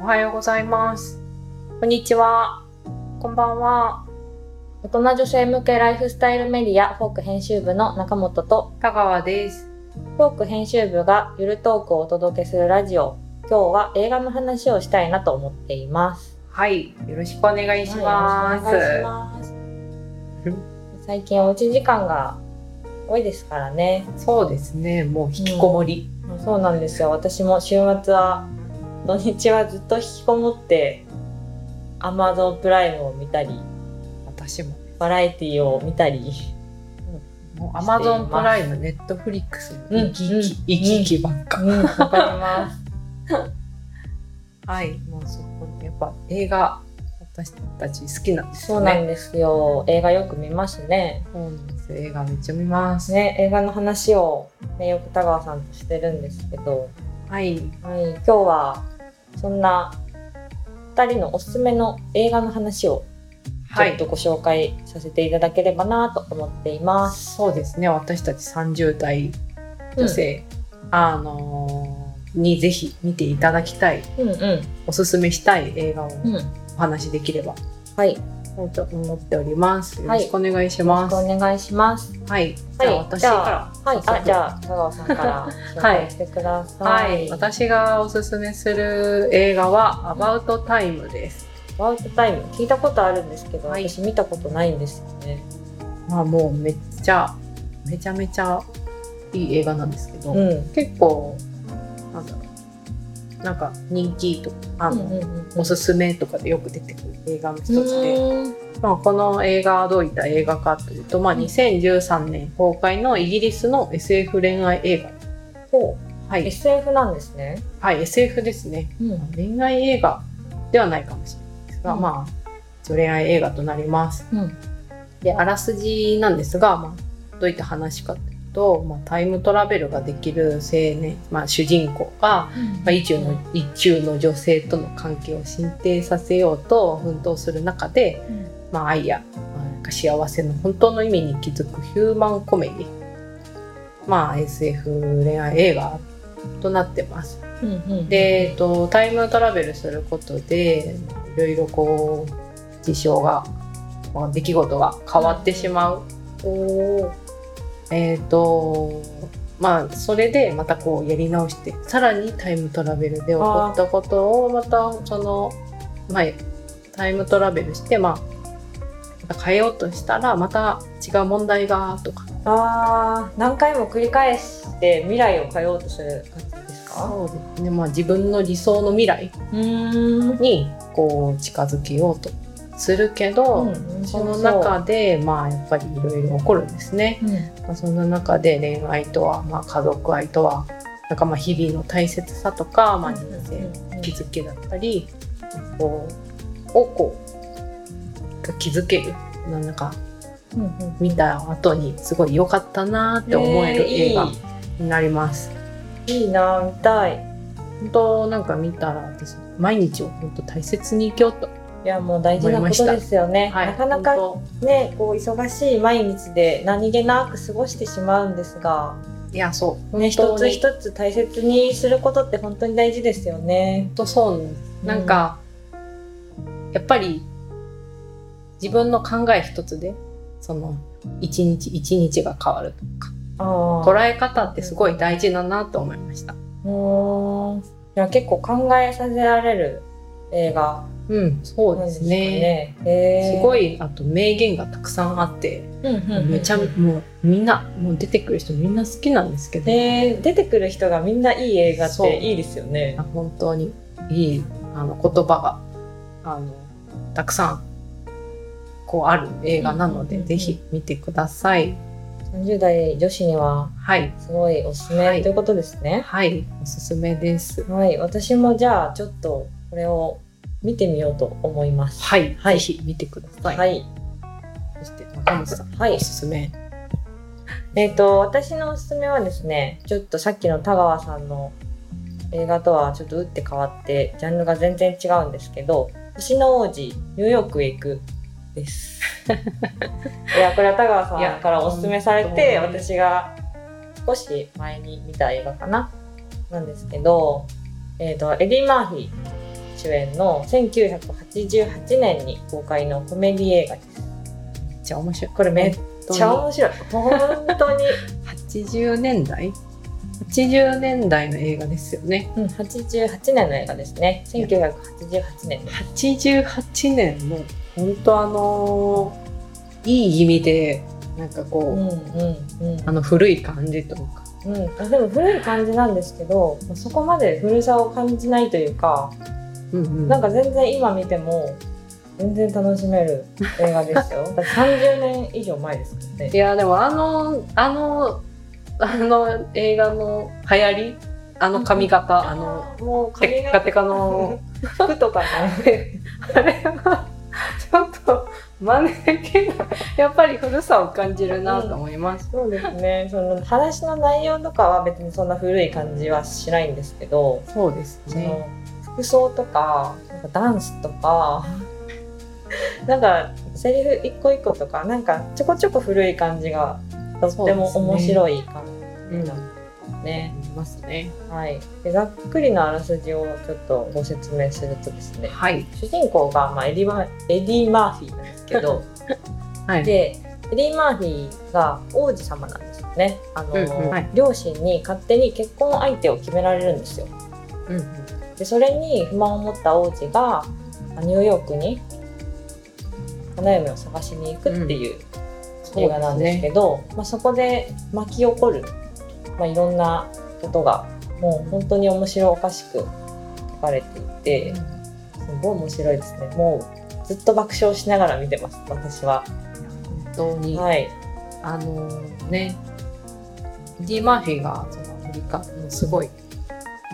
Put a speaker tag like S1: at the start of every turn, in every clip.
S1: おはようございます。こんにちは。こんばんは。
S2: 大人女性向けライフスタイルメディアフォーク編集部の中本と
S1: 田川です。
S2: フォーク編集部がゆるトークをお届けするラジオ今日は映画の話をしたいなと思っています。
S1: はい、よろしくお願いします。
S2: はいよろしくお願いします。最近おうち時間が多いですからね。
S1: そうですね、もう引きこもり。
S2: そうなんですよ。私も週末は土日はずっと引きこもって、Amazon プライムを見たり、
S1: 私も。
S2: バラエティを見たり。
S1: もう
S2: しています
S1: Amazon プライム、ネットフリックス、
S2: う
S1: 生
S2: ん
S1: き生
S2: うん
S1: き、生き生きばっか。
S2: うん、わかります。
S1: はい、もうそこにやっぱ映画、私たち好きなんです
S2: そうなんですよ。映画よく見ますね。
S1: そうなんです。映画めっちゃ見ます。
S2: ね、映画の話を、ね、よく田川さんとしてるんですけど、
S1: はい、
S2: はい、今日はそんな2人のおすすめの映画の話をち
S1: は
S2: ょっ
S1: い
S2: と。ご紹介させていただければなと思っています。
S1: そうですね、私たち30代女性、あのーにぜひ見ていただきたい
S2: うんうん
S1: おすすめしたい映画を
S2: うん。
S1: お話しできれば
S2: はい、よ
S1: と思っております。よ
S2: は
S1: ろ
S2: い
S1: しくお願いし
S2: ろ
S1: ます。
S2: しく
S1: はい、
S2: お願いします。
S1: じゃあ
S2: はい
S1: 私
S2: じ
S1: か
S2: ゃ
S1: ら。
S2: は
S1: 早
S2: い、あ、
S1: 速
S2: じゃあ田川さんから紹介してくださ。
S1: はいい、私がおすすめする映画は「アバウトタイム」です。
S2: ワウトタイム聞いたことあるんですけど、
S1: はい
S2: 私見たことないんですよね。
S1: まあもうめっちゃめちゃめちゃいい映画なんですけど、
S2: うん。
S1: 結構なんだろうなんか人気とかあの、おすすめとかでよく出てくる映画の一つで、まあ、この映画はどういった映画かというと、まあ、
S2: うん
S1: 2013年公開のイギリスの SF 恋愛映画、
S2: ほ
S1: は
S2: う
S1: い
S2: SF なんですね。
S1: はい、SF ですね
S2: うん
S1: 恋愛映画ではないかもしれないですが、
S2: うん
S1: まあ恋愛映画となります
S2: うん
S1: であらすじなんですが、まあ、どういった話かというと、まあ、タイムトラベルができる青年、まあ、主人公が、まあ、一中の一中の女性との関係を進展させようと奮闘する中で、まあ、愛や、まあ、なんか幸せの本当の意味に気づくヒューマンコメディまあ SF 恋愛映画となってます。で、えっと、タイムトラベルすることでいろいろこう事象が、まあ、出来事が変わってしまう。
S2: おー
S1: えっとまあ、それでまたこうやり直してさらにタイムトラベルで起こったことをまたその、まあ、タイムトラベルして、まあ、また変えようとしたらまた違う問題がとか
S2: あー何回も繰り返して未来を変えようとする感じですか
S1: そうですね、まあ、自分の理想の未来
S2: うん
S1: にこう近づけようとするけど、その中でまあやっぱりいろいろ起こるんですね。まあ、そんな中で恋愛とは、まあ、家族愛とはなんかまあ日々の大切さとか、まあ、人生気づきだったりこうをこうが気づけるなんか見た後にすごい良かったなって思える映画になります。
S2: いいな見たい
S1: 本当なんか見たら私毎日を本当大切に生きようと、
S2: いやもう大事なことですよね、
S1: はい
S2: なかなか
S1: 本
S2: ねこう忙しい毎日で何気なく過ごしてしまうんですが、
S1: 当いやそう
S2: ね、一
S1: 本当
S2: つ
S1: に
S2: 一つ大切にすることって本当に大事ですよね
S1: 本当そうなんですなんか、やっぱり自分の考え一つでその一日一日が変わる
S2: あー
S1: 捉え方ってすごい大事だなと思いました。
S2: うーんいや結構考えさせられる映画
S1: うん、そう
S2: な
S1: で
S2: んですすか
S1: ね。
S2: ね。へー
S1: すご、いあと名言がたくさんあって、
S2: うんうんうん
S1: めちゃもうみんなもう出てくる人みんな好きなんですけど、
S2: ね出てくる人がみんないい映画っ
S1: そう
S2: ていいですよね。
S1: 本当にいいあの言葉があのたくさんこうある映画なので、
S2: うんうんうん
S1: ぜひ見てください。
S2: 30代女子には
S1: はい
S2: すごいおすすめ、
S1: はい
S2: ということですね。
S1: はいおすすめです。
S2: はい、私もじゃあちょっとこれを見てみようと思います。
S1: はい、
S2: はい
S1: ぜひ見てください。
S2: はい、
S1: そして中本さん、
S2: はい
S1: おすすめ。
S2: えっ、と私のおすすめはですね、ちょっとさっきの田川さんの映画とはちょっと打って変わってジャンルが全然違うんですけど、星の王子ニューヨークへ行くです。 いやこれは田川さんからおすすめされ
S1: い
S2: て
S1: や本当に
S2: 私が少し前に見た映画かななんですけど、えー、とエディ・マーフィー主演の1988年に公開のコメディ映画です
S1: めっちゃ面白い
S2: これめっちゃ面白い本当に、
S1: 80年代80年代の映画ですよね
S2: うん、88年の映画ですね1988年です
S1: 88年の本当あのーいい意味でなんかこう、
S2: うんうんうん
S1: あの古い感じというか
S2: うん、あでも古い感じなんですけどそこまで古さを感じないというか
S1: うんうん
S2: なんか全然今見ても全然楽しめる映画です よだって30年以上前ですから
S1: い
S2: ね
S1: やでもあのあのあの映画の流行りあの髪型、あの
S2: もう髪
S1: テッ
S2: が
S1: カテカの
S2: 服とかね
S1: あれはちょっと真似できないやっぱり古さを感じるなと思います、
S2: そうですねその話の内容とかは別にそんな古い感じはしないんですけど、
S1: そうです
S2: その服装とかなんかダンスとか なんかセリフ一個一個とかなんかちょこちょこ古い感じがとっても面白い感
S1: う
S2: じ
S1: ん
S2: なん
S1: あ
S2: ですね。
S1: りますね
S2: はい、でざっくりのあらすじをちょっとご説明するとですね
S1: はい
S2: 主人公が、まあ、エディマエディ・マーフィーなんですけど
S1: はい
S2: でエディ・マーフィーが王子様なんですよねあの、
S1: うんうんはい
S2: 両親に勝手に結婚相手を決められるんですよ
S1: うんうん
S2: でそれに不満を持った王子がまあニューヨークに花嫁を探しに行くっていう映画なんですけどそまあ、そこで巻き起こる、まあ、いろんなことがもう本当に面白おかしく書かれていてすごい面白いですねもうずっと爆笑しながら見てます私は。
S1: 本当に、
S2: はい、
S1: あのねディ・マーフィーがそのアフリカのすごい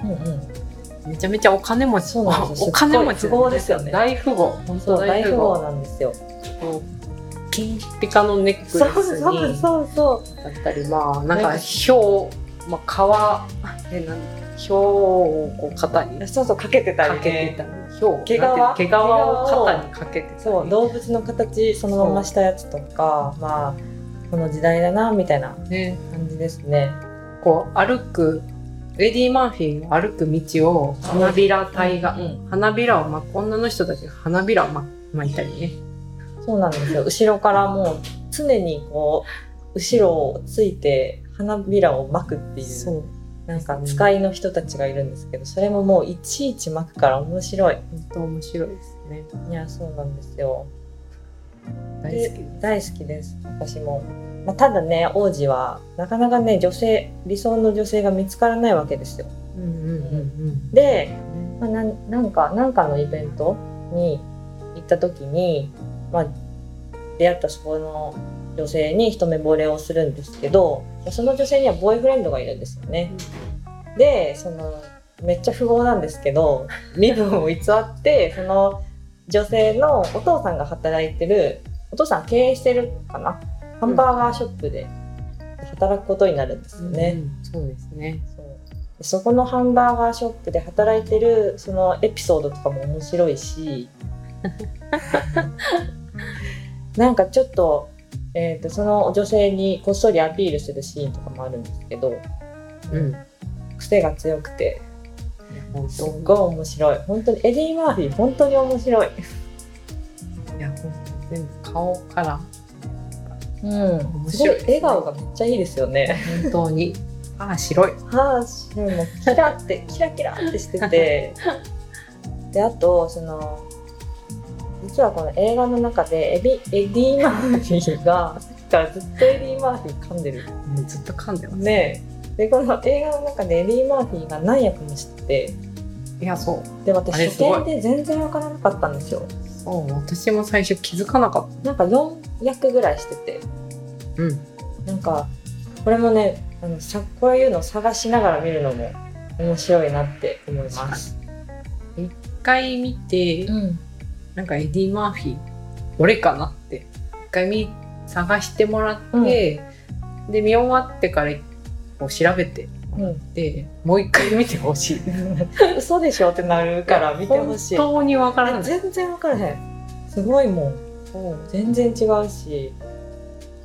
S2: うんうん、
S1: めちゃめちゃお金持ち
S2: そうなんですよ
S1: お金持ち
S2: すごい富豪ですよね
S1: 大富豪本当
S2: そう大
S1: 大
S2: 富
S1: 富
S2: 豪
S1: 豪
S2: なんですよ。
S1: こう金ピカのネック
S2: そ
S1: レ
S2: う
S1: ス
S2: そう
S1: にだ
S2: そうそう。
S1: ったりまあなん
S2: なん
S1: か
S2: か
S1: ひょう、まあ、革えなんひょうをこう肩に
S2: そうそうかけてた
S1: か
S2: り、ね、
S1: けてたりひょう
S2: 毛皮
S1: なんていうの毛皮を
S2: 毛皮を
S1: 肩にかけてたり
S2: そう動物の形そのまましたやつとかまあこの時代だなみたいな
S1: ね
S2: 感じですね。
S1: こう歩くエディ・マーフィーが歩く道を花びら帯が、
S2: うん
S1: 花びらを巻く女の人たちが花びらを巻巻いたりね
S2: そうなんですよ後ろからもう常にこう後ろをついて花びらを巻くっていう
S1: う
S2: なんか使いの人たちがいるんですけどそれももういちいち巻くから面白い。
S1: 本当面白いですね
S2: いやそうなんですよ
S1: 大好き
S2: 大好きです私も。まあ、ただね王子はなかなかね女性理想の女性が見つからないわけですよ。
S1: うんうんうん
S2: で
S1: うん
S2: まあ、なんなんかなんかのイベントに行った時に、まあ、出会ったそこの女性に一目惚れをするんですけどその女性にはボーイフレンドがいるんですよね。でそのめっちゃ富豪なんですけど身分を偽ってその女性のお父さんが働いてるお父さん経営してるかなハンバーガーショップで働くことになるんですよね。
S1: うんそうですね
S2: そうそこのハンバーガーショップで働いてるそのエピソードとかも面白い しなんかちょっと,、えー、とその女性にこっそりアピールするシーンとかもあるんですけど
S1: うん
S2: 癖が強くて
S1: 本
S2: すっ
S1: 当
S2: ごい面白い本当にエディ・マーフィー本当に面白い、
S1: いや本当全部顔から
S2: うん、
S1: 面
S2: すごい
S1: 白い
S2: 笑顔がめっちゃいいですよね
S1: 本当に ああ白い
S2: 歯もキラってキラキラってしててであとその実はこの映画の中でエビエディ・マーフィーがさっきからずっとエディ・マーフィー噛んでる
S1: うんずっと噛んでます
S2: ねえでこの映画の中でエディ・マーフィーが何役もしてて
S1: いやそう
S2: で
S1: あれ
S2: 私
S1: すごい
S2: 初見で全然わからなかったんですよ
S1: そう私も最初気づかなかっ
S2: なんか4役ぐらいしてて
S1: たうん
S2: なんかこれもねあのさこういうのを探しながら見るのも面白いなって思います。
S1: 一回見て
S2: うん、
S1: なんかエディ・マーフィー俺かなって一回見探してもらって、
S2: うん
S1: で見終わってからこう調べて
S2: うん
S1: でもう一回見てほし い
S2: 嘘でしょってなるから見てほしい
S1: 本当にわからない
S2: 全然分からへんすごいもんうん全然違うし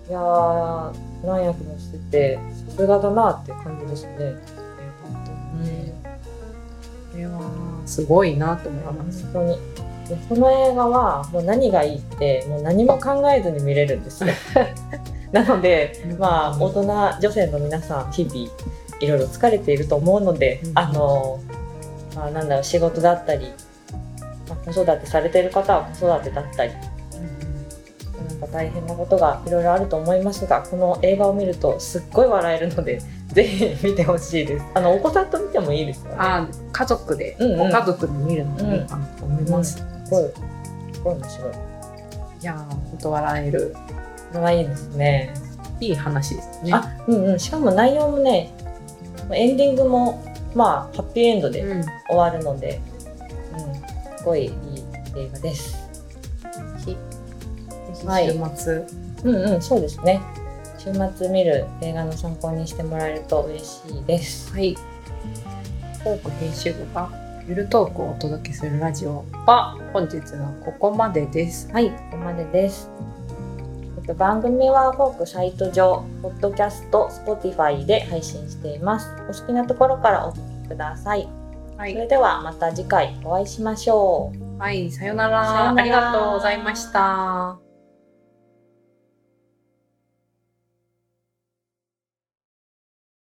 S2: いやー何役もしててさすがだなって感じですね、
S1: 本当に
S2: うん、
S1: これはすごいなと思い
S2: 本
S1: ます。
S2: 当にでこの映画はもう何がいいってもう何も考えずに見れる んですよなのでまあ大人女性の皆さん日々いろいろ疲れていると思うので、
S1: うん
S2: あの、まあ、なんだろう仕事だったり、まあ、子育てされている方は子育てだったりなんか大変なことがいろいろあると思いますがこの映画を見るとすっごい笑えるので ぜひ見てほしいですあのお子さんと見てもいいですよね
S1: あ家族で、
S2: うんうん
S1: ご家族で見るのもいいかなと思います。
S2: すごいすごい面白い
S1: いやー本当笑える
S2: かわいいですね
S1: いい話ですね。
S2: あうんうんしかも内容もねエンディングもまあハッピーエンドで
S1: うん、
S2: 終わるので、うん、すごいいい映画です
S1: ひひ
S2: はい
S1: 週末
S2: うんうんそうですね週末見る映画の参考にしてもらえると嬉しいです
S1: はい。トーク編集部がゆるトークをお届けするラジオは本日はここまでです。
S2: はい、ここまでです。えっと、番組はフォークサイト上、ポッドキャスト、Spotify で配信しています。お好きなところからお聞きください。
S1: は
S2: そ
S1: い。
S2: れではまた次回お会いしましょう。
S1: はい、さような
S2: さよ
S1: ら
S2: うなら
S1: ありがとうございました。